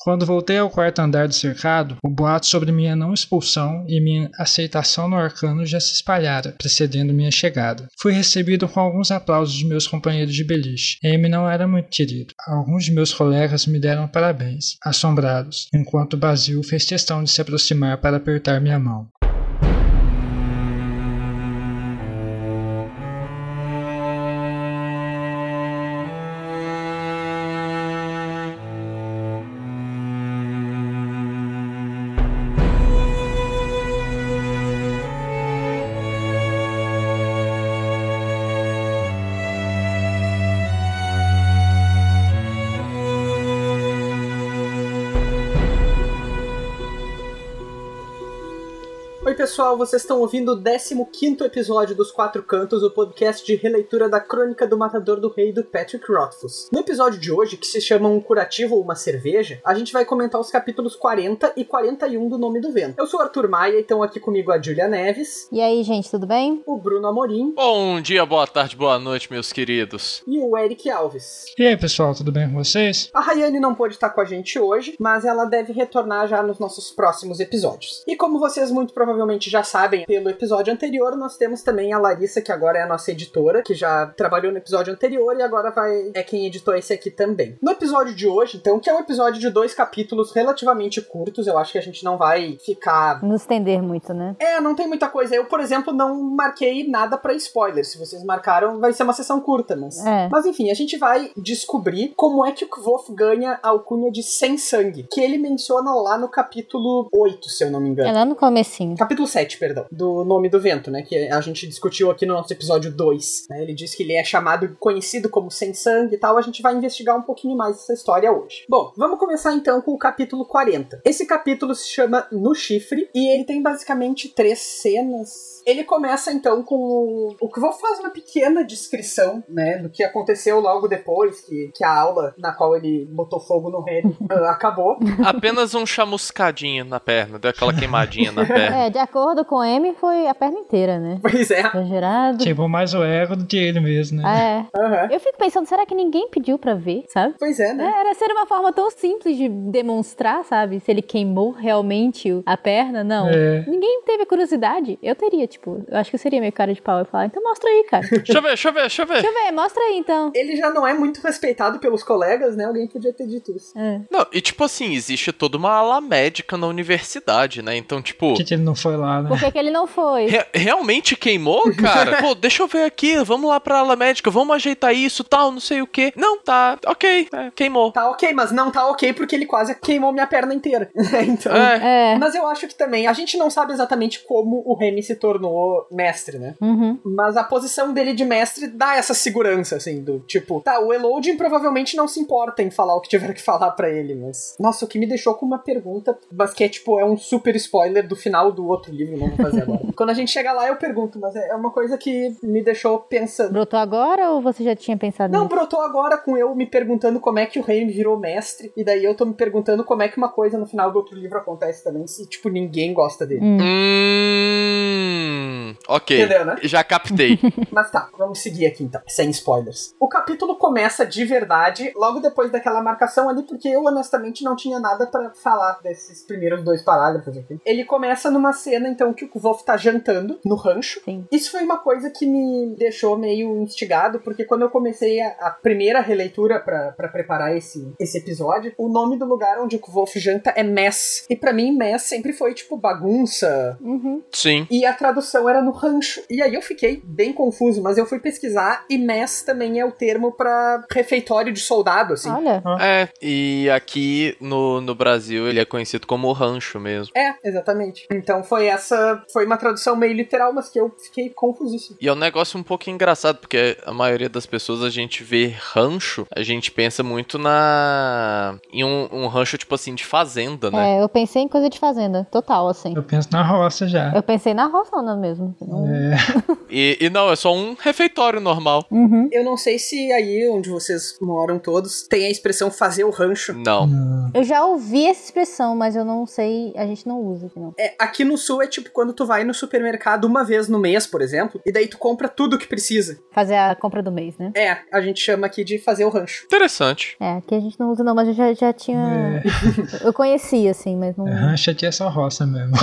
Quando voltei ao quarto andar do cercado, o boato sobre minha não expulsão e minha aceitação no arcano já se espalhara, precedendo minha chegada. Fui recebido com alguns aplausos de meus companheiros de beliche. M não era muito querido. Alguns de meus colegas me deram parabéns, assombrados, enquanto Basil fez questão de se aproximar para apertar minha mão. Oi, pessoal, vocês estão ouvindo o 15 episódio dos Quatro Cantos, o podcast de releitura da Crônica do Matador do Rei do Patrick Rothfuss. No episódio de hoje, que se chama Um Curativo ou Uma Cerveja, a gente vai comentar os capítulos 40 e 41 do Nome do Vento. Eu sou o Arthur Maia e estão aqui comigo a Julia Neves, E aí, gente, tudo bem? o Bruno Amorim Bom dia, boa tarde, boa noite, meus queridos. e o Eric Alves. E aí, pessoal, tudo bem com vocês? A Rayane não pôde estar com a gente hoje, mas ela deve retornar já nos nossos próximos episódios. E como vocês muito provavelmente já sabem, pelo episódio anterior, nós temos também a Larissa, que agora é a nossa editora, que já trabalhou no episódio anterior e agora vai é quem editou esse aqui também. No episódio de hoje, então, que é um episódio de dois capítulos relativamente curtos, eu acho que a gente não vai ficar Nos estender muito, né? é, não tem muita coisa. Eu, por exemplo, não marquei nada pra spoiler. Se vocês marcaram, vai ser uma sessão curta, mas. É. Mas enfim, a gente vai descobrir como é que o Kvof ganha a alcunha de sem sangue, que ele menciona lá no capítulo 8, se eu não me engano. É lá no comecinho. Um Capítulo 7, perdão, do Nome do Vento, né? Que a gente discutiu aqui no nosso episódio 2. né, Ele diz que ele é chamado, conhecido como Sem Sangue e tal. A gente vai investigar um pouquinho mais essa história hoje. Bom, vamos começar então com o capítulo 40. Esse capítulo se chama No Chifre e ele tem basicamente três cenas. Ele começa então com o- o que vou fazer uma pequena descrição, né, do que aconteceu logo depois que, que a aula na qual ele botou fogo no rei ah, acabou. Apenas um chamuscadinho na perna, deu aquela queimadinha na perna. É, de acordo com o M, foi a perna inteira, né? Pois é. Exagerado. Tipo, mais o ego do que ele mesmo, né? É. Aham. Eu fico pensando, será que ninguém pediu pra ver, sabe? Pois é, É, né? Era ser uma forma tão simples de demonstrar, sabe? Se ele queimou realmente o- a perna, não. É. Ninguém teve curiosidade. Eu teria, tipo, eu acho que eu seria meio cara de pau e falar, então mostra aí, cara. Deixa Deixa eu ver, deixa eu ver, deixa eu ver. eu ver, mostra aí então. ele já não é muito respeitado pelos colegas, né? Alguém podia ter dito isso. É. Não, e tipo assim, existe toda uma ala médica na universidade, né? Então, tipo, Por que, que ele não foi lá, né? Por que, que ele não foi? re- realmente queimou, cara? Pô, deixa eu ver aqui, vamos lá pra ala médica, vamos ajeitar isso, tal, não sei o quê. Não, tá, ok, é, queimou. Tá ok, mas não tá ok porque ele quase queimou minha perna inteira. então. É, É. Mas eu acho que também, a gente não sabe exatamente como o Remy se tornou mestre, né? Uhum. Mas a posição dele de mestre dá essa segurança, assim, do tipo, tá, o Elodin provavelmente não se importa em falar o que tiver que falar pra ele, mas. Nossa, o que me deixou com uma pergunta, mas que é tipo, é um super spoiler do final do outro livro, não vou fazer agora. Quando a gente chega lá, eu pergunto, mas é é uma coisa que me deixou pensando. Brotou agora ou você já tinha pensado Não, nisso? brotou agora com eu me perguntando como é que o rei virou mestre, e daí eu tô me perguntando como é que uma coisa no final do outro livro acontece também, se, tipo, ninguém gosta dele. Hum. Hum. Ok. Entendeu, né? Já captei. Mas tá, vamos seguir aqui então, sem spoilers. O capítulo começa de verdade, logo depois daquela marcação ali, porque eu honestamente não tinha nada pra falar desses primeiros dois parágrafos aqui. Ele começa numa cena, então, que o Wolf tá jantando no rancho. Sim. Isso foi uma coisa que me deixou meio instigado, porque quando eu comecei a, a primeira releitura pra pra preparar esse, esse episódio, o nome do lugar onde o Wolf janta é Mess. E pra mim, Mess sempre foi tipo bagunça, Uhum. Sim. e a tradução era no rancho. E aí eu fiquei bem confuso, mas eu fui pesquisar e mess também é o termo pra refeitório de soldado, assim. Olha. É, e aqui no, no Brasil ele é conhecido como rancho mesmo. É, exatamente. Então foi essa, foi uma tradução meio literal, mas que eu fiquei confusíssimo. E é um negócio um pouco engraçado, porque a maioria das pessoas a gente vê rancho, a gente pensa muito na. em um, um rancho tipo assim de fazenda, né? É, eu pensei em coisa de fazenda, total, assim. Eu penso na roça já. Eu pensei na roçona mesmo. Então, É, E, e não, é só um refeitório normal. Uhum. Eu não sei se aí onde vocês moram todos tem a expressão fazer o rancho. Não. não. Eu já ouvi essa expressão, mas eu não sei, a gente não usa aqui não. É, aqui nos sul é tipo quando tu vai no supermercado uma vez no mês, por exemplo, e daí tu compra tudo que precisa. Fazer a compra do mês, né? É, a gente chama aqui de fazer o rancho. Interessante. É, aqui a gente não usa não, mas eu já, já tinha... Eu conhecia, assim, mas não... Rancho aqui é só roça mesmo.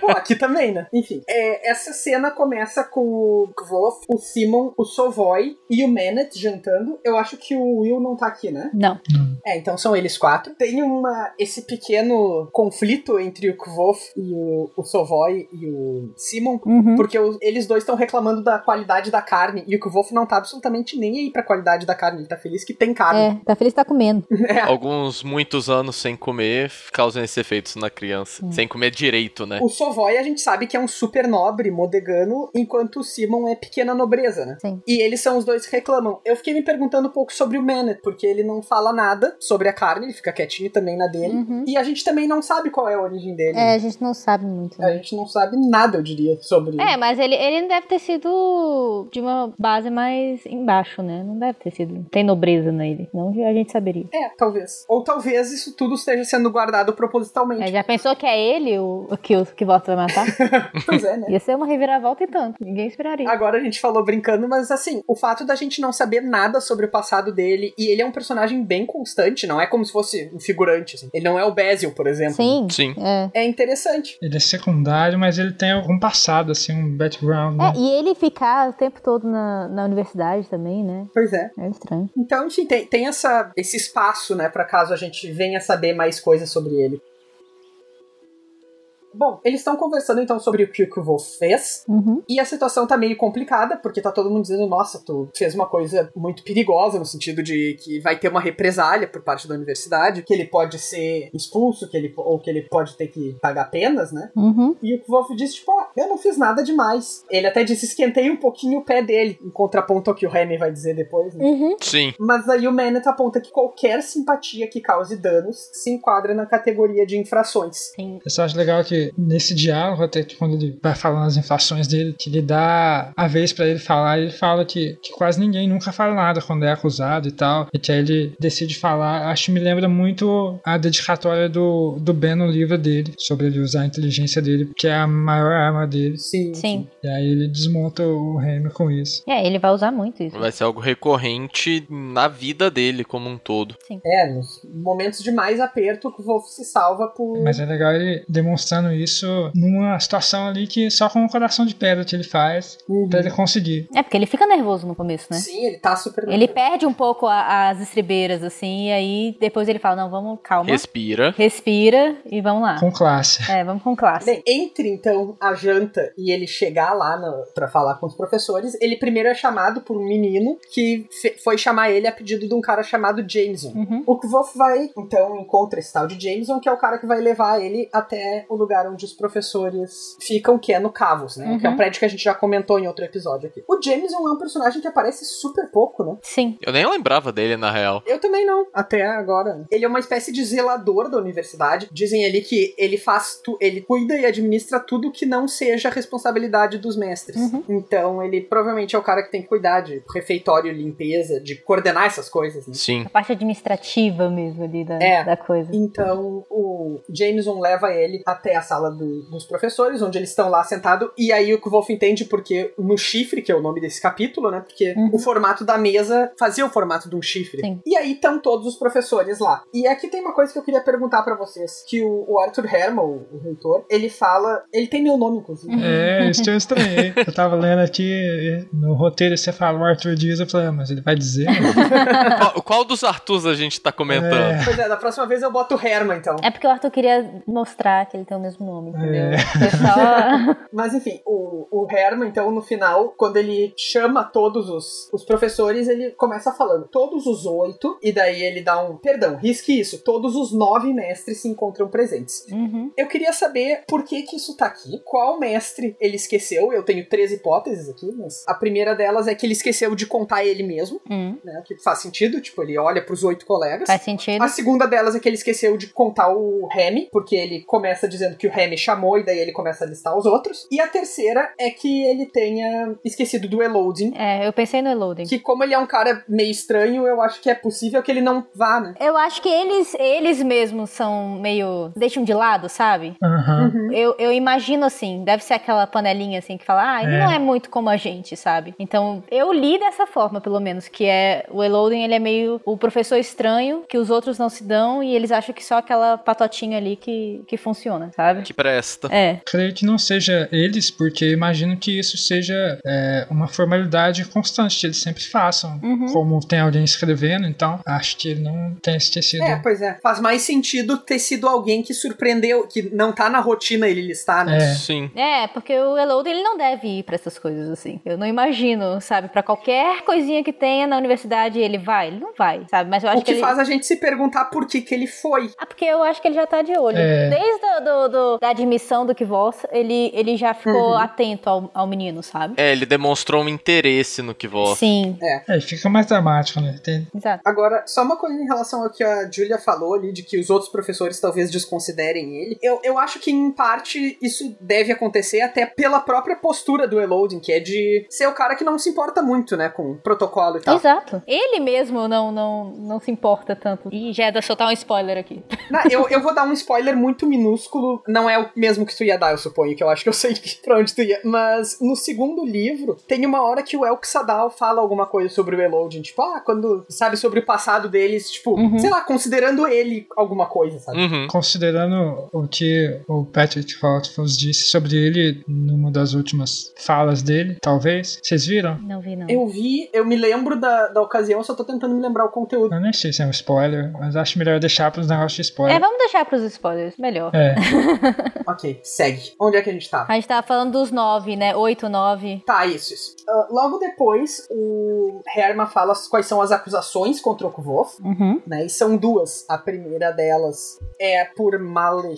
Pô, aqui também, né? Enfim, é, essa cena começa com o Gvoff, o Simon, o Sovoy e o Manet jantando. Eu acho que o Will não tá aqui, né? Não. É, então são eles quatro. Tem uma, esse pequeno conflito entre o Kvof e o, o Sovoy e o Simon, Uhum. porque os- eles dois estão reclamando da qualidade da carne e o Kvof não tá absolutamente nem aí pra qualidade da carne, ele tá feliz que tem carne. É, tá feliz tá comendo. Alguns muitos anos sem comer causam esses efeitos na criança. Sem comer direito, É. né? O Sovoy a gente sabe que é um super nobre modegano, enquanto o Simon é pequena nobreza, né? Sim. E eles são os dois que reclamam. Eu fiquei me perguntando um pouco sobre o Manet, porque ele não fala nada sobre a carne, ele fica quietinho também na dele. Uhum. E a gente também não sabe qual é a origem dele. É, a gente não sabe muito. A né? gente não sabe nada, eu diria, sobre É, mas ele, ele deve ter sido de uma base mais embaixo, né? Não deve ter sido. Tem nobreza nele. Não que a gente saberia. É, talvez. Ou talvez isso tudo esteja sendo guardado É, propositalmente. já pensou que é ele o, o que o que volta vai matar? Pois é, né? Ia ser uma reviravolta e tanto. Ninguém esperaria. Agora a gente falou brincando, mas assim, o fato da gente não saber nada sobre o passado dele, e ele é um personagem bem constante, não é como se fosse um figurante, assim. Ele não é o Basil, por exemplo. Sim. Sim. É. É interessante. Ele é secundário, mas ele tem algum passado, assim, um background. É, e ele ficar o tempo todo na, na universidade também, né? Pois é. É estranho. Então, enfim, tem, tem essa, esse espaço, né, pra caso a gente venha saber mais coisas sobre ele. Bom, eles estão conversando então sobre o que o Wolf fez, Uhum. E a situação tá meio complicada, porque tá todo mundo dizendo, nossa, tu fez uma coisa muito perigosa, no sentido de que vai ter uma represália por parte da universidade, que ele pode ser expulso, que ele, ou que ele pode ter que pagar penas, né? Uhum. E o Kvolf disse, tipo, ah, eu não fiz nada demais. Ele até disse, esquentei um pouquinho o pé dele, em contraponto ao que o Remy vai dizer depois, né? Uhum. Sim. Mas aí o Manet aponta que qualquer simpatia que cause danos se enquadra na categoria de infrações. Sim. Eu só acho legal que nesse diálogo, até que quando ele vai falando as inflações dele, que ele dá a vez pra ele falar, ele fala que, que quase ninguém nunca fala nada quando é acusado e tal, e que aí ele decide falar. Acho que me lembra muito a dedicatória do, do Ben no livro dele, sobre ele usar a inteligência dele, que é a maior arma dele. Sim. Sim. E aí ele desmonta o Remy com isso. É, ele vai usar muito isso. Vai ser algo recorrente na vida dele como um todo. É, nos momentos de mais aperto, o Kvolf se salva por... Mas é legal ele demonstrando isso numa situação ali que só com o coração de pedra que ele faz Uhum. pra ele conseguir. É, porque ele fica nervoso no começo, né? Sim, ele tá super. Ele perde um pouco a- as estribeiras, assim, e aí depois ele fala, não, vamos, calma, Respira. respira e vamos lá. Com classe. É, vamos com classe. Bem, entre então a janta e ele chegar lá no, pra falar com os professores, ele primeiro é chamado por um menino que fe- foi chamar ele a pedido de um cara chamado Jameson. Uhum. O Kvof vai, então, encontra esse tal de Jameson, que é o cara que vai levar ele até o lugar onde os professores ficam, que é no Cavos, né? Que é um Uhum. prédio que a gente já comentou em outro episódio aqui. O Jameson é um personagem que aparece super pouco, né? Sim. Eu nem lembrava dele, na real. Eu também não, até agora. Ele é uma espécie de zelador da universidade. Dizem ali que ele faz, tu, ele cuida e administra tudo que não seja a responsabilidade dos mestres. Uhum. Então ele provavelmente é o cara que tem que cuidar de refeitório, limpeza, de coordenar essas coisas, né? Sim. A parte administrativa mesmo ali da, É. da coisa. Então o Jameson leva ele até a sala do- dos professores, onde eles estão lá sentados, e aí o Wolf entende porque no chifre, que é o nome desse capítulo, né? Porque Uhum. o formato da mesa fazia o formato de um chifre. Sim. E aí estão todos os professores lá. E aqui tem uma coisa que eu queria perguntar pra vocês: que o, o Arthur Herman, o, o reitor, ele fala. Ele tem meu nome, inclusive. Uhum. É, isso que eu estranhei. Eu tava lendo aqui eh, no roteiro você fala o Arthur Dias, eu falei, ah, mas ele vai dizer? mano? qual, qual dos Artus a gente tá comentando? É, Pois é, da próxima vez eu boto o Herman, então. É porque o Arthur queria mostrar que ele tem o mesmo nome, entendeu? É. Foi só- Mas enfim, o, o Herman, então, no final, quando ele chama todos os, os professores, ele começa falando todos os oito, e daí ele dá um. Perdão, risque isso. Todos os nove mestres se encontram presentes. Uhum. Eu queria saber por que que isso tá aqui. Qual mestre ele esqueceu? Eu tenho três hipóteses aqui, mas a primeira delas é que ele esqueceu de contar ele mesmo, Hum. né? O que faz sentido, tipo, ele olha pros oito colegas. Faz sentido. A segunda delas é que ele esqueceu de contar o Remy, porque ele começa dizendo que o Remy chamou e daí ele começa a listar os outros. E a terceira é que ele tenha esquecido do Eloding. É, eu pensei no Eloding. Que como ele é um cara meio estranho, eu acho que é possível que ele não vá, né? Eu acho que eles, eles mesmos são meio. deixam de lado, sabe? Aham. Eu, eu imagino assim, deve ser aquela panelinha assim que fala, ah, ele É. não é muito como a gente, sabe? Então, eu li dessa forma, pelo menos, que é o Eloding, ele é meio o professor estranho, que os outros não se dão e eles acham que só aquela patotinha ali que, que funciona, sabe? Que presta. É. Creio que não seja eles, porque eu imagino que isso seja é, uma formalidade constante que eles sempre façam. Uhum. Como tem alguém escrevendo, então acho que ele não tem esquecido. É, pois é. Faz mais sentido ter sido alguém que surpreendeu, que não tá na rotina ele listar, né? É. Sim. É, porque o Eloding ele não deve ir pra essas coisas assim. Eu não imagino, sabe? Pra qualquer coisinha que tenha na universidade, ele vai, ele não vai, sabe? Mas eu acho O que, ele... faz a gente se perguntar por que que ele foi. Ah, porque eu acho que ele já tá de olho. É. Desde a do, do- da admissão do que voz, ele, ele já ficou Uhum. atento ao, ao menino, sabe? É, ele demonstrou um interesse no que volta. Sim, É, fica mais dramático, né? Tem- exato. Agora, só uma coisa em relação ao que a Julia falou ali, de que os outros professores talvez desconsiderem ele. Eu, eu acho que, em parte, isso deve acontecer até pela própria postura do Eloding, que é de ser o cara que não se importa muito, né, com protocolo e tal. Exato. Ele mesmo não, não, não se importa tanto. Ih, já ia soltar um spoiler aqui. Não, eu, eu vou dar um spoiler muito minúsculo. Não é o mesmo que tu ia dar, eu suponho, que eu acho que eu sei que- pra onde tu ia. Mas no segundo livro, tem uma hora que o Elk Sadal fala alguma coisa sobre o Elodin. Tipo, ah, quando. Sabe, sobre o passado deles. Tipo, Uhum. sei lá, considerando ele alguma coisa, sabe? Uhum. Considerando o que o Patrick Rothfuss disse sobre ele numa das últimas falas dele, talvez. Vocês viram? Não vi, não. Eu vi, eu me lembro da, da ocasião, só tô tentando me lembrar o conteúdo. Eu nem sei se é um spoiler, mas acho melhor deixar para os negócios de É, spoiler. vamos deixar pros spoilers, melhor. É, ok, segue. Onde é que a gente tava? A gente tava falando dos nove, né? Oito, nove. Tá, isso, isso. Ah, logo depois, o Herma fala quais são as acusações contra o Kvof. Uhum. né? E são duas. A primeira delas é por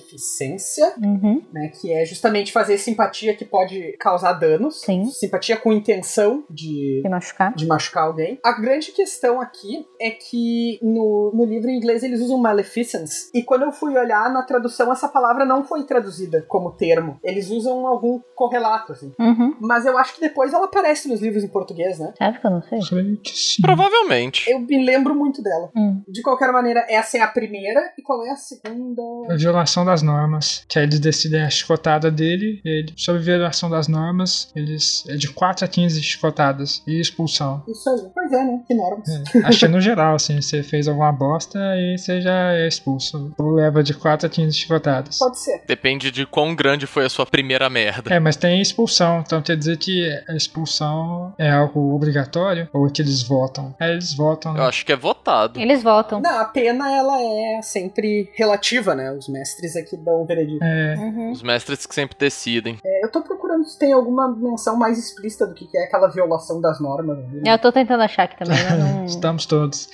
maleficência, Uhum. né? Que é justamente fazer simpatia que pode causar danos. Sim. Simpatia com intenção de, Se machucar. de machucar alguém. A grande questão aqui é que no, no livro em inglês eles usam maleficence. E quando eu fui olhar na tradução, essa palavra não foi traduzida como termo. Eles usam algum correlato, assim. Uhum. Mas eu acho que depois ela aparece nos livros em português, né? Sabe que eu não sei? creio que sim. Provavelmente. Eu me lembro muito dela. Hum. De qualquer maneira, essa é a primeira. E qual é a segunda? A violação das normas, que aí eles decidem a chicotada dele, e ele, sobre violação das normas, eles é de 4 a 15 chicotadas e expulsão. Isso aí. Pois é, né? Que normas. É, acho que no geral, assim, você fez alguma bosta e você já é expulso. Ou leva de 4 a 15 chicotadas. Pode ser. Depende de quão grande foi a sua primeira merda. É, mas tem expulsão, então quer dizer que a expulsão é algo obrigatório ou que eles votam? É, eles votam. Eu né? acho que é votado. Eles voltam. Não, a pena ela é sempre relativa, né? Os mestres aqui dão o veredito. É, Uhum. Os mestres que sempre decidem. É, eu tô procurando se tem alguma menção mais explícita do que que é aquela violação das normas. né? Eu tô tentando achar aqui também, mas não. estamos todos.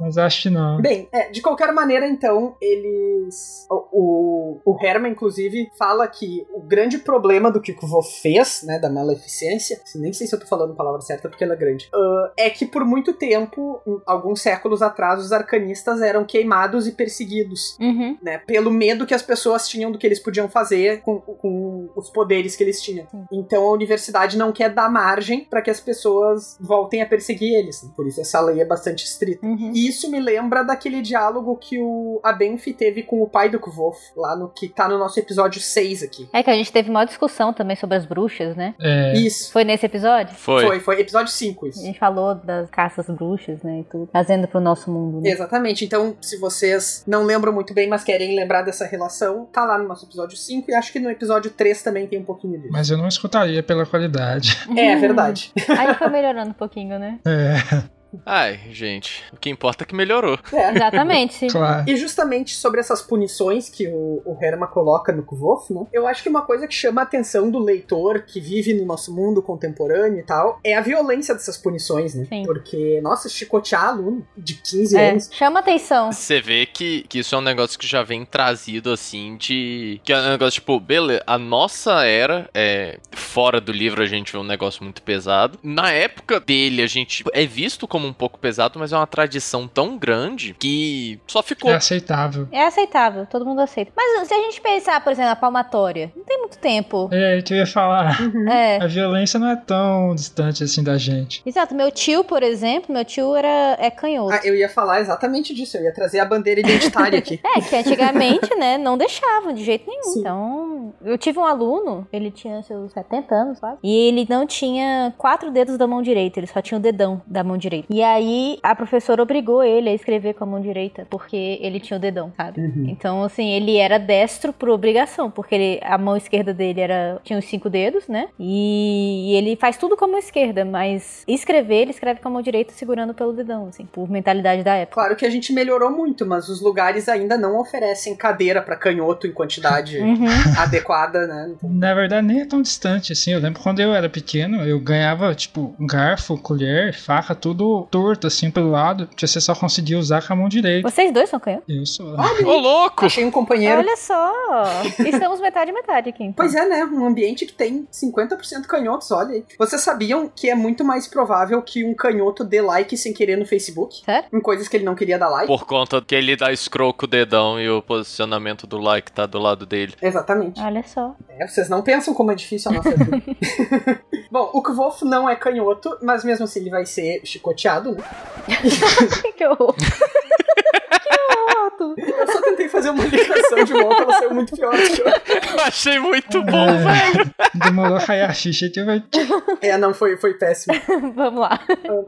mas acho que não. Bem, é, de qualquer maneira, então, eles. O, o, o Herman, inclusive, fala que o grande problema do que o Kvo fez, né, da maleficência, nem sei se eu tô falando a palavra certa porque ela é grande, ah, é que por muito tempo, em alguns séculos atrás, os arcanistas eram queimados e perseguidos. Uhum. né, Pelo medo que as pessoas tinham do que eles podiam fazer com, com os poderes que eles tinham. Então a universidade não quer dar margem para que as pessoas voltem a perseguir eles. né? Por isso essa lei é bastante estrita. Uhum. E isso me lembra daquele diálogo que o Abenfi teve com o pai do Kvof, lá no que tá no nosso episódio 6 aqui. É que a gente teve maior discussão também sobre as bruxas, né? É, Isso. Foi nesse episódio? Foi. Foi, foi episódio 5 A isso. gente falou das caças bruxas, né? E tudo. Trazendo pro nosso mundo. Né? Exatamente, então se vocês não lembram muito bem, mas querem lembrar dessa relação, tá lá no nosso episódio 5 e acho que no episódio 3 também tem um pouquinho disso. mas eu não escutaria pela qualidade. É, verdade. Aí foi melhorando um pouquinho, né? É, Ai, gente. O que importa é que melhorou. É. Exatamente. claro. E justamente sobre essas punições que o, o Herma coloca no Kvof, né? Eu acho que uma coisa que chama a atenção do leitor que vive no nosso mundo contemporâneo e tal é a violência dessas punições, né? Sim. Porque, nossa, chicotear aluno de 15 É, anos. chama atenção. Você vê que, que isso é um negócio que já vem trazido assim de. Que é um negócio tipo, beleza, a nossa era é. Fora do livro a gente vê um negócio muito pesado. Na época dele, a gente é visto como como um pouco pesado, mas é uma tradição tão grande que só ficou. É aceitável. É aceitável, todo mundo aceita. Mas se a gente pensar, por exemplo, na palmatória, não tem muito tempo. É, eu ia falar. Uhum. É. A violência não é tão distante assim da gente. Exato, meu tio, por exemplo, meu tio era é canhoto. Ah, eu ia falar exatamente disso, eu ia trazer a bandeira identitária aqui. É, que antigamente, né, não deixavam de jeito nenhum. Sim. Então, eu tive um aluno, ele tinha seus 70 anos quase, e ele não tinha quatro dedos da mão direita, ele só tinha o dedão da mão direita. E aí, a professora obrigou ele a escrever com a mão direita, porque ele tinha o dedão, sabe? Então, assim, ele era destro por obrigação, porque ele- a mão esquerda dele era tinha os cinco dedos, né? E, ele faz tudo com a mão esquerda, mas escrever, ele escreve com a mão direita segurando pelo dedão, assim, por mentalidade da época. Claro que a gente melhorou muito, mas os lugares ainda não oferecem cadeira pra canhoto em quantidade Uhum. adequada, né? Na verdade, nem é tão distante assim. Eu lembro quando eu era pequeno, eu ganhava, tipo, garfo, colher, faca, tudo torto assim pelo lado, que você só conseguia usar com a mão direita. Vocês dois são canhotos? Eu sou. Ô, louco! Achei um companheiro. Olha só! Estamos metade metade aqui. Então. Pois é, né? Um ambiente que tem 50% canhotos, olha aí. Vocês sabiam que é muito mais provável que um canhoto dê like sem querer no Facebook? Sério? Em coisas que ele não queria dar like? Por conta que ele dá scroll com o dedão e o posicionamento do like tá do lado dele. Exatamente. Olha só. É, vocês não pensam como é difícil a nossa vida. Bom, o Kvolf não é canhoto, mas mesmo assim ele vai ser chicoteado, né? que horror. que horror. Eu só tentei fazer uma ligação de volta, ela saiu muito pior do que eu. Eu achei muito bom, velho. É, demorou a cair a ficha que vai. É, não, foi, foi péssimo. tu. Vamos lá.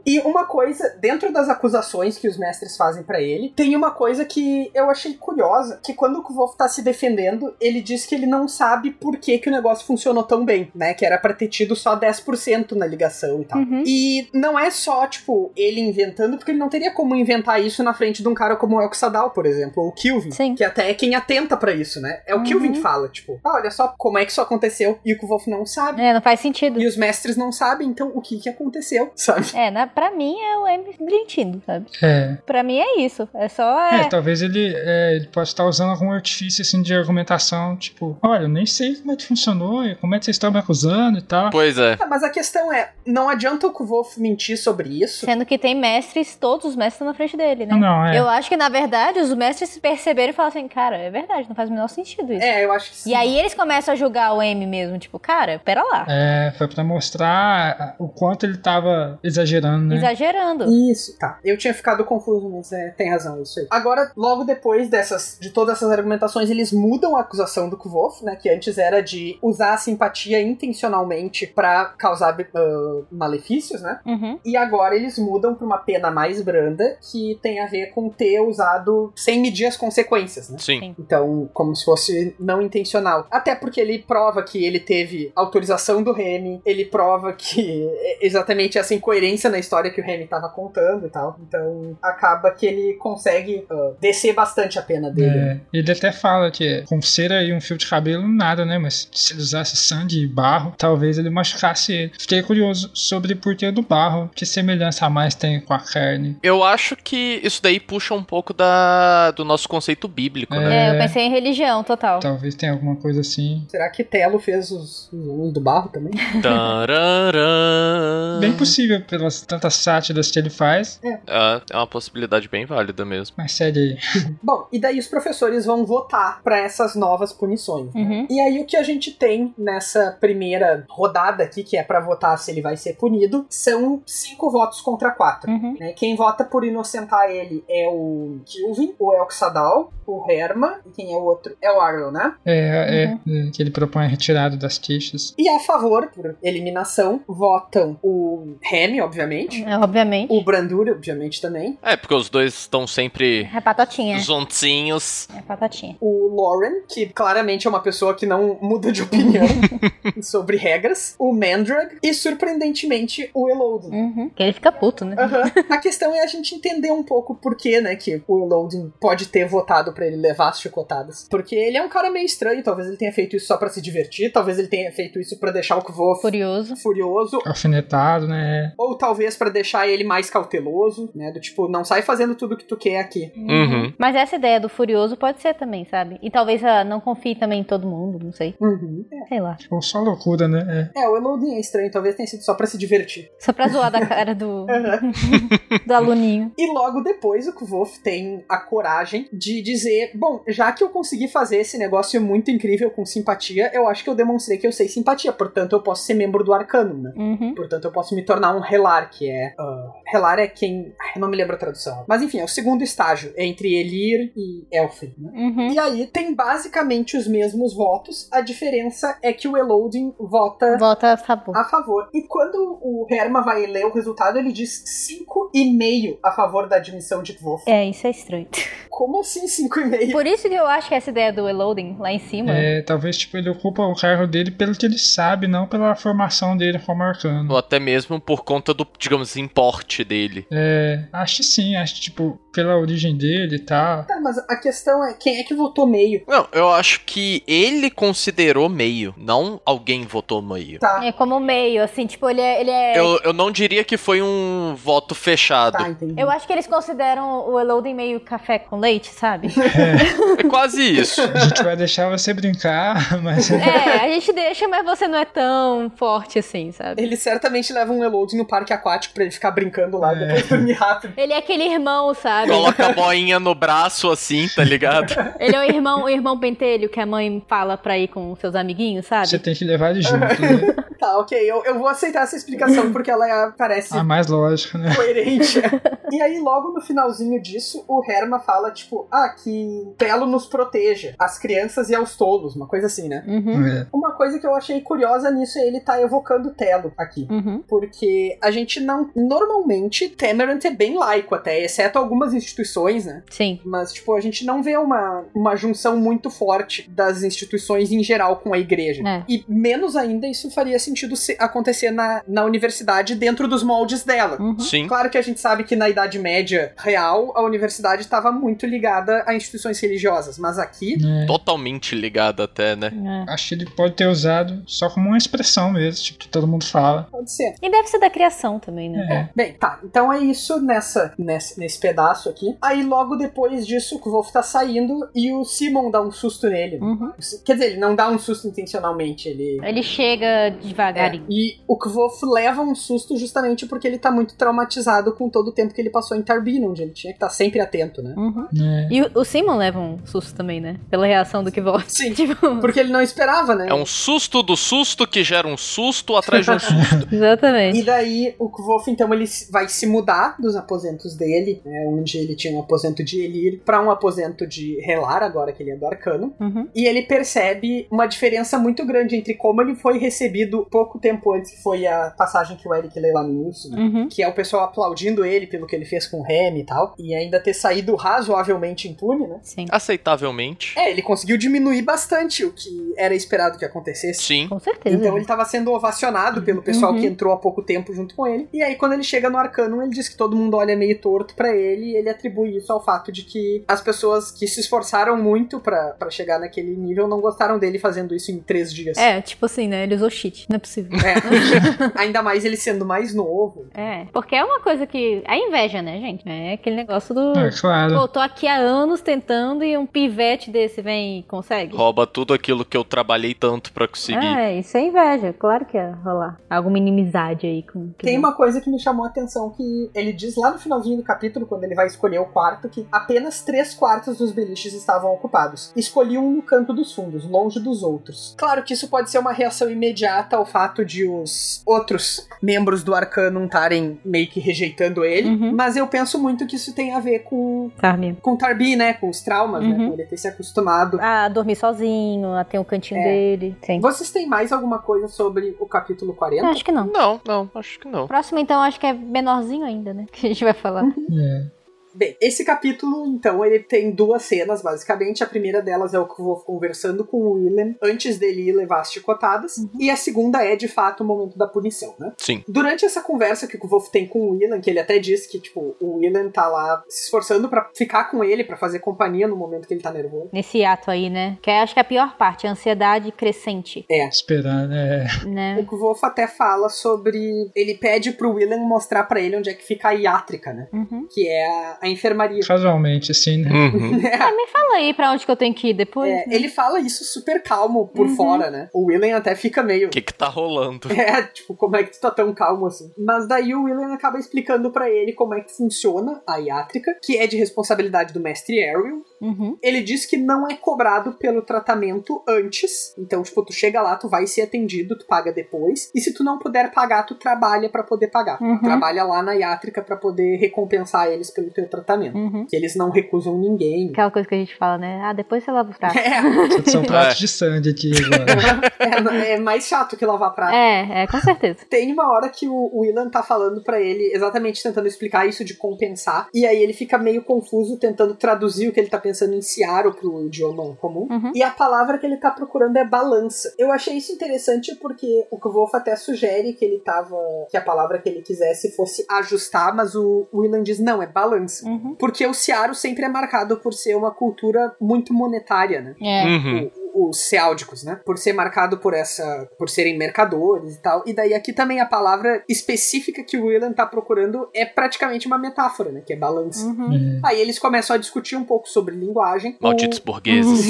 E uma coisa, dentro das acusações que os mestres fazem pra ele, tem uma coisa que eu achei curiosa, que quando o Kvolf tá se defendendo, ele diz que ele não sabe por que, que o negócio funcionou tão bem, né? Que era pra ter tido só 10% na ligação e tal. Uhum. E não é só, tipo, ele inventando, porque ele não teria como inventar isso na frente de um cara como o Elk Sadal, por exemplo, ou o Kilvin, Sim. que até é quem atenta pra isso, né? É o Uhum. Kilvin que fala, tipo, ah, olha só como é que isso aconteceu, e o Kvolf não sabe. É, não faz sentido. E os mestres não sabem, então, o que que aconteceu, sabe? É, na, pra mim é o M brilhantino, sabe? É. Pra mim é isso. É só. É, É... talvez ele, é, ele possa estar usando algum artifício assim de argumentação, tipo, olha, eu nem sei como é que funcionou, e como é que vocês estão me acusando e tal. Pois é. Ah, Mas a questão é, não adianta o Kvolf mentir sobre isso. Sendo que tem mestres, todos os mestres estão na frente dele, né? Não, é. Eu acho que, na verdade, os mestres perceberam e falaram assim, cara, é verdade, não faz o menor sentido isso. É, eu acho que sim. E aí eles começam a julgar o M mesmo, tipo, cara, pera lá. É, foi pra mostrar o quanto ele tava exagerando, né? Exagerando. Isso, tá. Eu tinha ficado confuso, mas é, tem razão, isso aí. Agora, logo depois dessas, de todas essas argumentações, eles mudam a acusação do Kvolf, né? Que antes era de usar a simpatia intencionalmente pra causar ah, malefícios, né? Uhum. E agora eles mudam pra uma pena mais branda, que tem a ver com ter usado sem medir as consequências, né? Sim. Sim. Então, como se fosse não intencional. Até porque ele prova que ele teve autorização do Remy, ele prova que é exatamente essa incoerência na história que o Remy tava contando e tal. Então, acaba que ele consegue ah, descer bastante a pena dele. É, ele até fala que com cera e um fio de cabelo, nada, né? Mas se ele usasse sangue e barro, talvez ele machucasse ele. Fiquei curioso sobre o porquê do barro, que semelhança a mais tem com a carne. Eu acho que isso daí puxa um pouco da, do nosso conceito bíblico, né? É, eu pensei em religião total. Talvez tenha alguma coisa assim. Será que Telo fez os, os homens do barro também? Tararã. Bem possível pelas tantas sátiras que ele faz, Ah, é uma possibilidade bem válida mesmo. mas segue aí. Bom, e daí os professores vão votar pra essas novas punições. né? Uhum. E aí o que a gente tem nessa primeira rodada aqui, que é pra votar se ele vai ser punido, são cinco votos contra quatro. Uhum. né? Quem vota por inocentar ele é o Kilvin, o Elxadal, o Herma, e quem é o outro? É o Arlo, né? É, é, é, que ele propõe a retirada das queixas. E a favor, por eliminação, votam o Remy, obviamente, É, Obviamente. o Brandur, obviamente também, É, porque os dois estão sempre É patotinha. juntinhos. É patotinha. o Lauren, que claramente é uma pessoa que não muda de opinião sobre regras, o Mandrag e, surpreendentemente, o Elodin. Uhum. Que ele fica puto, né? Aham. A questão é a gente entender um pouco por que, né, que o Loading pode ter votado pediram para ele levar as chicotadas. Porque ele é um cara meio estranho, talvez ele tenha feito isso só para se divertir, talvez ele tenha feito isso para deixar o Kvof Furioso. furioso, Alfinetado, né? ou talvez para deixar ele mais cauteloso, né? Do tipo, não sai fazendo tudo que tu quer aqui. Uhum. Mas essa ideia do furioso pode ser também, sabe? E talvez ah, não confie também em todo mundo, não sei. É, Uhum. Sei lá. Ou só loucura, né? É, o Elodin é estranho, talvez tenha sido só pra se divertir. Só pra zoar da cara do, do aluninho. E logo depois o Kvolf tem a coragem de dizer: Bom, já que eu consegui fazer esse negócio muito incrível com simpatia, eu acho que eu demonstrei que eu sei simpatia, portanto eu posso ser membro do Arcano, né? Uhum. Portanto, eu posso me tornar um Helar, que é. ah, Helar é quem. Ai, eu não me lembro a tradução. Mas enfim, é o segundo estágio entre Elir e Elfin, né? Uhum. E aí tem basicamente os mesmos votos, a diferença é que o Elodin vota Volta a favor. a favor. E quando o Herma vai ler o resultado, ele diz 5,5 a favor da admissão de Wolf. É, isso é estranho. Como assim 5,5? Por isso que eu acho que essa ideia do Eloding lá em cima. É, talvez tipo, ele ocupa o cargo dele pelo que ele sabe, não pela formação dele como arcano. Ou até mesmo por conta do, digamos, assim, importe dele. É, acho que sim, acho que, tipo, pela origem dele e tal. Tá, mas a questão é, quem é que votou meio? Não, eu acho que ele considerou meio, não alguém votou meio. Tá, É como meio, assim, tipo, ele é. Ele é... Eu, eu não diria que foi um voto fechado. tá, entendi. Eu acho que eles consideram o Eloding meio café com leite, sabe? É quase isso. A gente vai deixar você brincar, mas é, a gente deixa, mas você não é tão forte assim, sabe? Ele certamente leva um Elodin no parque aquático pra ele ficar brincando lá e depois dormir rápido. Ele é aquele irmão, sabe? Coloca a boinha no braço assim, tá ligado? Ele é o irmão, o irmão pentelho que a mãe fala pra ir com seus amiguinhos, você sabe? tem que levar ele junto, né? Tá, ok, eu, eu vou aceitar essa explicação porque ela é- parece A mais lógica, né? coerente. e aí, logo no finalzinho disso, o Herma fala, tipo, ah, que Belo nos proteja, as crianças e aos tolos, uma coisa assim, né? Uhum. É. Uma coisa que eu achei curiosa nisso é ele tá evocando Telo aqui. Uhum. Porque a gente não. Normalmente, Tamerant é bem laico até, exceto algumas instituições, né? Sim. Mas, tipo, a gente não vê uma, uma junção muito forte das instituições em geral com a igreja. É. E menos ainda isso faria sentido se- acontecer na, na universidade dentro dos moldes dela. Uhum. Sim. Claro que a gente sabe que na Idade Média real, a universidade estava muito ligada a instituições religiosas, mas aqui. É. Totalmente ligado até, né? É. Acho que ele pode ter usado só como uma expressão mesmo, tipo, que todo mundo fala. Pode ser. E deve ser da criação também, né? É. Bem, tá. Então é isso nessa, nessa- nesse pedaço aqui. Aí logo depois disso, o Wolf tá saindo e o Simon dá um susto nele. Uhum. Quer dizer, ele não dá um susto intencionalmente, ele Ele chega É, devagarinho. e o Kvof leva um susto justamente porque ele tá muito traumatizado com todo o tempo que ele passou em Tarbina, onde ele tinha que estar sempre atento, né? Uhum. né? E o, o Simon leva um susto também, né? Pela reação do que volta. Sim. Tipo, Porque ele não esperava, né? É um susto do susto que gera um susto atrás de um susto. exatamente. E daí o Kvof, então, ele se- vai se mudar dos aposentos dele, né? Onde ele tinha um aposento de Elir pra um aposento de Relar, agora que ele é do Arcano. Uhum. E ele percebe uma diferença muito grande entre como ele foi recebido pouco tempo antes, que foi a passagem que o Eric Leilanus, né? Uhum. que é o pessoal aplaudindo ele pelo que ele fez com o Remy e tal, e ainda ter saído razoavelmente impune, né? Sim. Aceitavelmente. É, ele conseguiu diminuir bastante o que era esperado que acontecesse. Sim. Com certeza. né? Então ele tava sendo ovacionado pelo pessoal Uhum. que entrou há pouco tempo junto com ele. E aí, quando ele chega no Arcanum, ele diz que todo mundo olha meio torto pra ele. E ele atribui isso ao fato de que as pessoas que se esforçaram muito pra pra chegar naquele nível não gostaram dele fazendo isso em três dias. É, tipo assim, né? Ele usou cheat. Não é possível. É. Ainda mais ele sendo mais novo. É. Porque é uma coisa que. A inveja, né, gente? É aquele negócio do. É, claro. Pô, tô aqui há anos tentando e um pivete desse vem e consegue. Rouba tudo aquilo que eu trabalhei tanto pra conseguir. É, isso é inveja, claro que ia rolar. Alguma inimizade aí com. que Tem não- uma coisa que me chamou a atenção que ele diz lá no finalzinho do capítulo, quando ele vai escolher o quarto, que apenas três quartos dos beliches estavam ocupados. Escolhi um no canto dos fundos, longe dos outros. Claro que isso pode ser uma reação imediata ao fato de os outros membros do Arcanum estarem meio que rejeitando ele, Uhum. mas eu penso muito que isso tem a ver com, Sabe? com Tarbi, né? Com os traumas, né? Uhum. Com ele ter se acostumado. A dormir sozinho, a ter o cantinho É. dele. Sim. Vocês têm mais alguma coisa sobre o capítulo 40? Acho que não. Não, não, acho que não. Próximo, então, acho que é menorzinho ainda, né? Que a gente vai falar. É. Bem, esse capítulo, então, ele tem duas cenas, basicamente. A primeira delas é o que eu vou conversando com o Willem antes dele ir levar as chicotadas. E a segunda é, de fato, o momento da punição, né? Sim. Durante essa conversa que o Wolf tem com o Willan, que ele até diz que, tipo, o Willan tá lá se esforçando pra ficar com ele, pra fazer companhia no momento que ele tá nervoso. Nesse ato aí, né? Que eu acho que é a pior parte, a ansiedade crescente, É. Esperar, né? né? O que o Wolf até fala sobre. Ele pede pro Willan mostrar pra ele onde é que fica a iátrica, né? Uhum. Que é a, a enfermaria. Casualmente, assim, né? Uhum. Ah, Fala aí pra onde que eu tenho que ir depois. É, ele fala isso super calmo por fora, né? O Willan até fica meio. O que que tá rolando? É, tipo, como é que tu tá tão calmo assim? Mas daí o William acaba explicando pra ele como é que funciona a iátrica, que é de responsabilidade do mestre Ariel. Uhum. Ele diz que não é cobrado pelo tratamento antes, então, tipo, tu chega lá, tu vai ser atendido, tu paga depois, e se tu não puder pagar, tu trabalha pra poder pagar. Uhum. Trabalha lá na iátrica pra poder recompensar eles pelo teu tratamento. Uhum. Que eles não recusam ninguém. Aquela coisa que a gente fala, né? Ah, depois você lava o prato. É, São pratos É. de sangue aqui agora. é, é mais chato que lavar prato. É, é, com certeza. Tem uma hora que o o Willan tá falando pra ele, exatamente tentando explicar isso de compensar, e aí ele fica meio confuso tentando traduzir o que ele tá pensando em Searo pro idioma comum. Uhum. E a palavra que ele tá procurando é balança. Eu achei isso interessante porque o Kvolf até sugere que ele tava. que a palavra que ele quisesse fosse ajustar, mas o Willan diz não, é balança. Uhum. Porque o Searo sempre é marcado por ser uma cultura muito monetária, né? É. Uhum. o- os ceáldicos, né? Por ser marcado por essa, por serem mercadores e tal. E daí aqui também a palavra específica que o Willan tá procurando é praticamente uma metáfora, né? Que é balanço. Uhum. Aí eles começam a discutir um pouco sobre linguagem. Malditos Uhum. burgueses.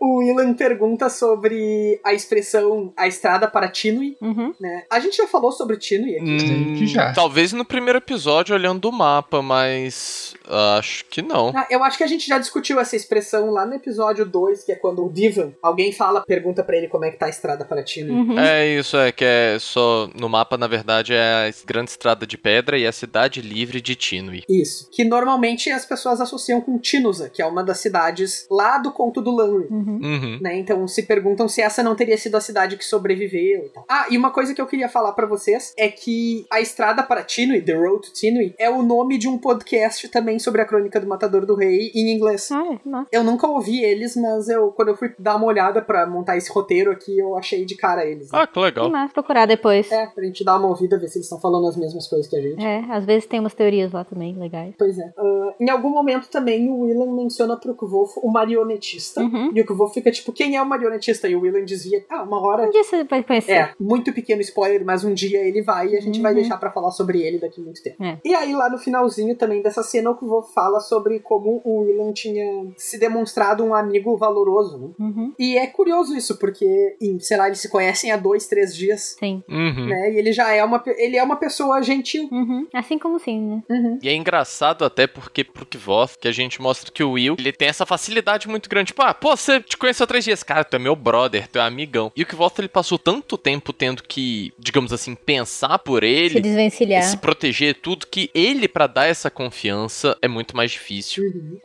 O, o Willan pergunta sobre a expressão a estrada para Tinui, Uhum. né? A gente já falou sobre Tinui aqui. Creio Hum, que já. Talvez no primeiro episódio olhando o mapa, mas acho que não. Ah, Eu acho que a gente já discutiu essa expressão lá no episódio 2, que é quando o Divan, alguém fala, pergunta pra ele como é que tá a estrada para Tinui. Uhum. É isso, é que é só no mapa, na verdade, é a grande estrada de pedra e a cidade livre de Tinui. Isso. Que normalmente as pessoas associam com Tinusa, que é uma das cidades lá do conto do Lanry. Uhum. Uhum. Né? Então se perguntam se essa não teria sido a cidade que sobreviveu e tal. Ah, e uma coisa que eu queria falar pra vocês é que a estrada para Tinui, The Road to Tinui, é o nome de um podcast também sobre a crônica do Matador do Rei em inglês. Ah, é, nossa. Eu nunca ouvi eles, mas eu quando eu fui dar uma olhada pra montar esse roteiro aqui, eu achei de cara eles. né? Ah, que Que legal. mais procurar depois. É, pra gente dar uma ouvida, ver se eles estão falando as mesmas coisas que a gente. É, às vezes tem umas teorias lá também, legais. Pois é. Ah, em algum momento também o Willan menciona pro Kvolf o marionetista. Uhum. E o Kvolf fica tipo, quem é o marionetista? E o Willan desvia, ah, uma hora. Um dia você vai conhecer. É, muito pequeno spoiler, mas um dia ele vai e a gente vai Uhum. deixar pra falar sobre ele daqui a muito tempo. É. E aí, lá no finalzinho também dessa cena, o Kvolf fala sobre como o Willan tinha se demonstrado um amigo valoroso. Né? Uhum. E é curioso isso, porque, em, sei lá, eles se conhecem há dois, três dias. Sim. Uhum. Né? E ele já é uma, pe- ele é uma pessoa gentil. Uhum. Assim como sim, né? Uhum. E é engraçado até porque pro Kvoth, que a gente mostra que o Will, ele tem essa facilidade muito grande. Tipo, ah, pô, você te conheceu há três dias. Cara, tu é meu brother, tu é amigão. E o Kvoth, ele passou tanto tempo tendo que, digamos assim, pensar por Se ele... E desvencilhar. se proteger tudo que ele pra dar essa confiança é muito mais difícil.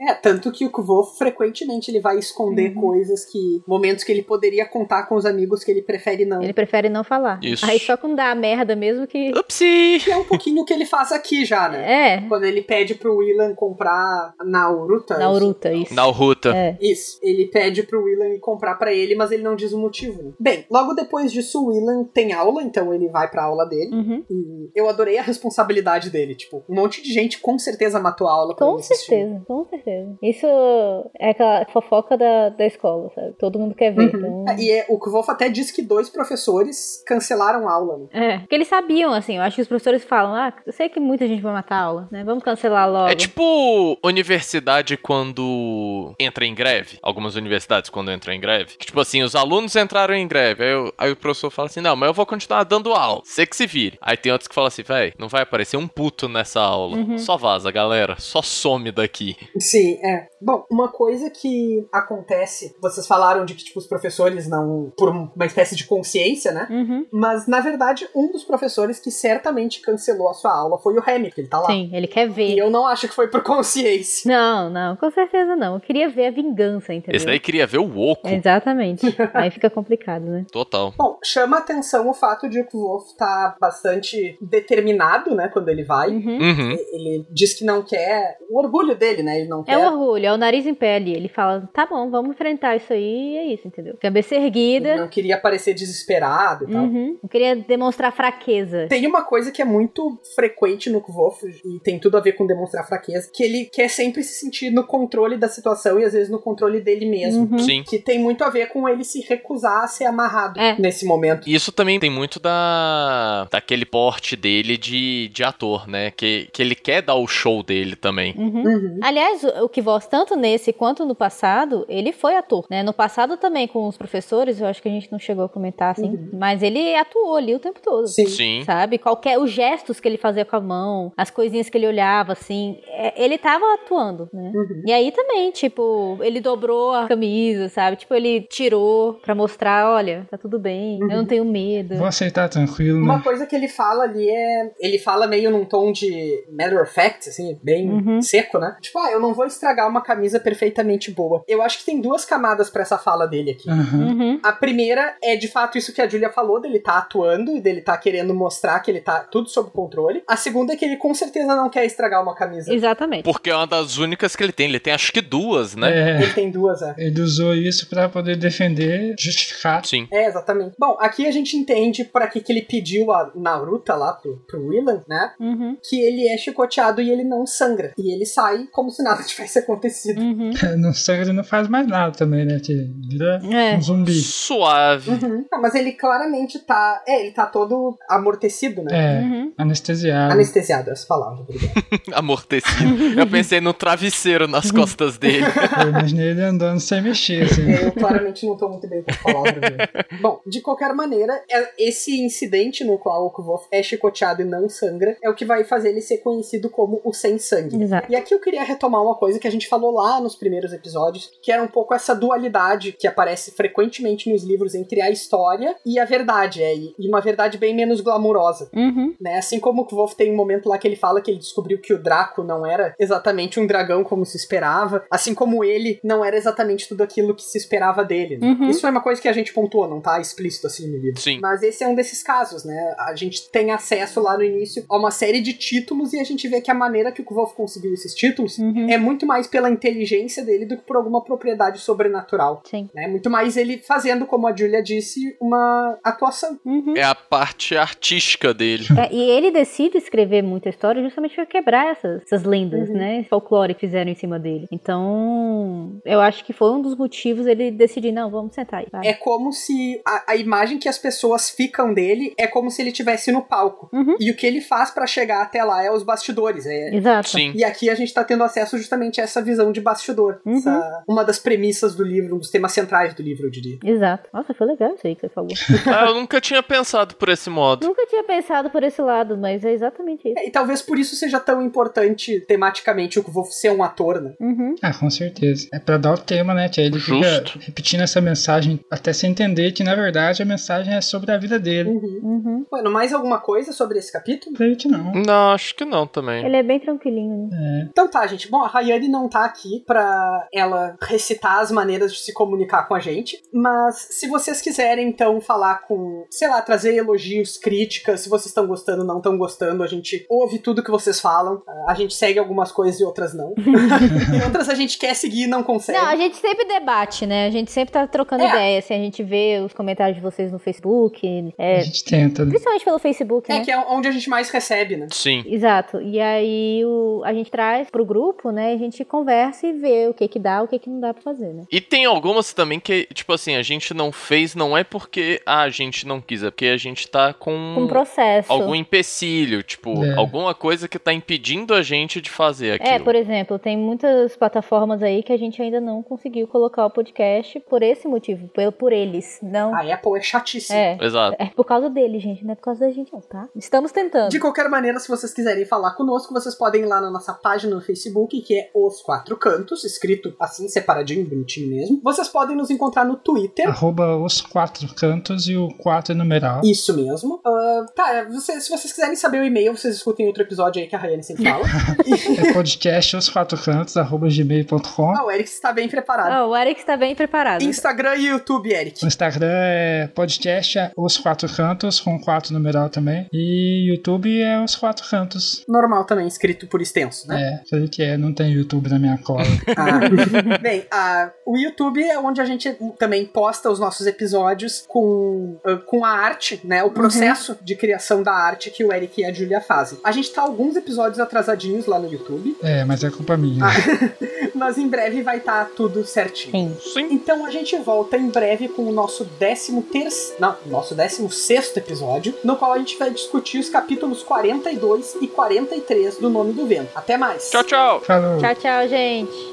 É, tanto que o Kvolf frequentemente ele vai esconder Uhum. coisas que. momentos que ele poderia contar com os amigos que ele prefere não. Ele prefere não falar. Isso. Aí só quando dá a merda mesmo que. Upsi! Que é um pouquinho o que ele faz aqui já, né? É. Quando ele pede pro Willan comprar na Uruta. Na uruta, isso. Na Ruta. É. Isso, ele pede pro Willan ir comprar pra ele, mas ele não diz o motivo. né? Bem, logo depois disso, o Willan tem aula, então ele vai pra aula dele. Uhum. E eu adorei a responsabilidade dele. Tipo, um monte de gente com certeza matou a aula pra Com ele assistir. certeza, com certeza. Isso é aquela fofoca da, da escola, sabe? Todo mundo quer ver. Uhum. Então... E é, o Kvolf até diz que dois professores cancelaram a aula, né? É, porque eles sabiam, assim, eu acho que os professores falam, ah, eu sei que muita gente vai matar a aula, né? Vamos cancelar logo. É tipo universidade quando entra em greve. Algumas universidades quando entram em greve. Que, tipo assim, os alunos entraram em greve. Aí, o- aí o professor fala assim: não, mas eu vou continuar dando aula. Você que se vire. Aí tem outros que falam assim: véi, não vai aparecer um puto nessa aula. Só vaza, galera. Só some daqui. Sim, é. Bom, uma coisa que acontece, vocês falaram de que, tipo, os professores não. por uma espécie de consciência, né? Uhum. Mas, na verdade, um dos professores que certamente cancelou a sua aula foi o Remy, que ele tá lá. Sim, ele quer ver. E eu não acho que foi por consciência. Não, não, com certeza não. Eu queria ver a vingança, entendeu? Esse daí queria ver o oco. É. Exatamente. Aí fica complicado, né? Total. Bom, chama atenção o fato de que o Wolf tá bastante determinado, né, quando ele vai. Uhum. Uhum. Ele diz que não quer. O orgulho dele, né? Ele não É quer. o orgulho, é o nariz em pé ali. Ele fala, tá bom, vamos enfrentar isso aí e é isso, entendeu? Cabeça ele erguida. não queria parecer desesperado e tal. Uhum. Não queria demonstrar fraqueza. Tem uma coisa que é muito frequente no Kvolf e tem tudo a ver com demonstrar fraqueza, que ele quer sempre se sentir no controle da situação e às vezes no controle dele mesmo. Uhum. Sim. Que tem muito a ver com ele se recusar a ser amarrado É. nesse momento. E Isso também tem muito da daquele porte dele de, de ator, né? Que, que ele quer dar o show dele também. Uhum. Uhum. Aliás, o o que voz tanto nesse quanto no passado, ele foi ator, né? No passado também com os professores, eu acho que a gente não chegou a comentar assim, Uhum. mas ele atuou ali o tempo todo. Sim. Sim. Sabe? Qualquer os gestos que ele fazia com a mão, as coisinhas que ele olhava assim, é, ele tava atuando, né? Uhum. E aí também, tipo, ele dobrou a camisa, sabe? Tipo, ele tirou pra mostrar, olha, tá tudo bem, Uhum. eu não tenho medo. Vou aceitar tranquilo, Uma né? coisa que ele fala ali é. Ele fala meio num tom de matter of fact, assim, bem Uhum. seco, né? Tipo, ah, eu não vou estragar uma camisa perfeitamente boa. Eu acho que tem duas camadas pra essa fala dele aqui. Aham. Uhum. A primeira é de fato isso que a Julia falou, dele tá atuando e dele tá querendo mostrar que ele tá tudo sob controle. A segunda é que ele com certeza não quer estragar uma camisa. Exatamente. Porque é uma das únicas que ele tem. Ele tem acho que duas, né? É, Ele tem duas, é. ele usou isso pra poder defender, justificar. Sim. É, exatamente. Bom, aqui a gente entende pra que, que ele pediu a Naruta lá pro, pro Willan, né? Uhum. Que ele é chicoteado e ele não sangra. E ele sai como se nada tivesse acontecido. Uhum. né? No sangue não faz mais nada também, né? Que vira É. um zumbi. Suave. Uhum. Ah, mas ele claramente tá. É, ele tá todo amortecido, né? É, Uhum. anestesiado. Anestesiado, essa palavra. obrigado. Amortecido. Eu pensei no travesseiro nas costas dele. Eu imaginei ele andando sem mexer, assim. É, Eu claramente não tô muito bem com palavras. né? Bom, de qualquer maneira, é- esse incidente no qual o Kvolf é chicoteado e não sangra é o que vai fazer ele ser conhecido como o sem sangue. Exato. E aqui eu queria retomar uma coisa que a gente falou lá nos primeiros episódios, que era um pouco essa dualidade que aparece frequentemente nos livros entre a história e a verdade, é, e uma verdade bem menos glamurosa Uhum. né? Assim como o Kvolf tem um momento lá que ele fala que ele descobriu que o Draco não era exatamente um dragão como se esperava, assim como ele não era exatamente tudo aquilo que se esperava dele. né? Uhum. Isso é uma coisa que a gente pontuou, não tá explícito assim no livro. Sim. Mas esse é um desses casos, né? A gente tem acesso lá no início a uma série de títulos e a gente vê que a maneira que o Kvolf conseguiu esses títulos Uhum. é muito mais pela inteligência dele do que por alguma propriedade sobrenatural. Sim. Né? Muito mais ele fazendo, como a Julia disse, uma atuação. Uhum. É a parte artística dele. É, e ele decide escrever muita história justamente para quebrar essas, essas lendas, Uhum. né? Esse folclore que fizeram em cima dele. Então, eu acho que foi um dos motivos ele decidir, não, vamos sentar aí. vai. É como se a, a imagem que as pessoas ficam dele é como se ele tivesse no palco. Uhum. E o que ele faz pra chegar até lá é os bastidores. é- Exato. Sim. E aqui a gente tá tendo acesso justamente a essa visão de bastidor. Uhum. Essa- uma das premissas do livro, um dos temas centrais do livro, eu diria. Exato. Nossa, foi legal isso aí que você falou. Ah, eu nunca tinha pensado por esse modo. Nunca tinha pensado por esse lado, mas é exatamente isso. É, E talvez por isso seja tão importante tematicamente o que vou ser um ator, né? Uhum. Ah, com certeza. É pra dar o tema, né? Que aí ele Justo. fica repetindo essa mensagem até se entender que, na verdade, a mensagem é sobre a vida dele. Uhum. Uhum. Bueno, mais alguma coisa sobre esse capítulo? Creio que não. Não, acho que não também. Ele é bem tranquilinho, né? Então tá, gente. Bom, a Rayane não tá aqui pra ela recitar as maneiras de se comunicar com a gente, mas se vocês quiserem, então, falar com, sei lá, trazer elogios, críticas, se vocês estão gostando, não estão gostando, a gente ouve tudo que vocês falam, a gente segue algumas coisas e outras não. e outras a gente quer seguir e não consegue. Não, a gente sempre debate, né? A gente sempre tá trocando É. ideia, assim, a gente vê os comentários de vocês no Facebook, é, A Uhum. gente tenta. né? principalmente pelo Facebook, né? é que é onde a gente mais recebe, é né? Sim. Exato. E aí o- a gente traz pro grupo, né? A gente conversa e vê o que que dá, o que que não dá pra fazer, né? E tem algumas também que, tipo assim, a gente não fez, não é porque ah, a gente não quis, é porque a gente tá com, Com um processo. algum empecilho, tipo, É. alguma coisa que tá impedindo a gente de fazer aquilo. É, por exemplo, tem muitas plataformas aí que a gente ainda não conseguiu colocar o podcast por esse motivo, por, por eles, não. A Apple é chatíssima. É. Exato. É por causa deles, gente, não é por causa da gente, não, tá? Estamos tentando. De qualquer maneira, se vocês quiserem falar conosco, vocês podem ir lá na nossa página no Facebook, que é Os Quatro Cantos, escrito assim, separadinho, bonitinho mesmo. mesmo. Vocês podem nos encontrar no Twitter. Arroba os quatro cantos e o quatro é numeral. Isso mesmo. Ah, tá, você- se vocês quiserem saber o e-mail, vocês escutem outro episódio aí que a Rayane sempre fala. E- É podcast os quatro cantos, arroba gmail.com. ah, o Eric está bem preparado. Ah, o Eric tá bem preparado. Instagram e YouTube, Eric. O Instagram é podcast é Os Quatro Cantos, com quatro numeral também. E YouTube é Os Quatro Cantos. Normal também, escrito por extenso, né? É, falei que é, não tem YouTube na minha cola. Ah. Bem, ah, o YouTube é onde a gente também posta os nossos episódios com, ah, com a arte, né? O processo de criação da arte que o Eric e a Julia fazem. A gente tá alguns episódios atrasadinhos lá no YouTube, é, mas é culpa minha. mas em breve vai estar tudo certinho. Sim. Sim. Então a gente volta em breve com o nosso décimo terceiro, não, nosso décimo sexto episódio, no qual a gente vai discutir os capítulos 42 e 43 do Nome do Vento. Até mais! Tchau, tchau. Falou. Tchau, tchau, gente.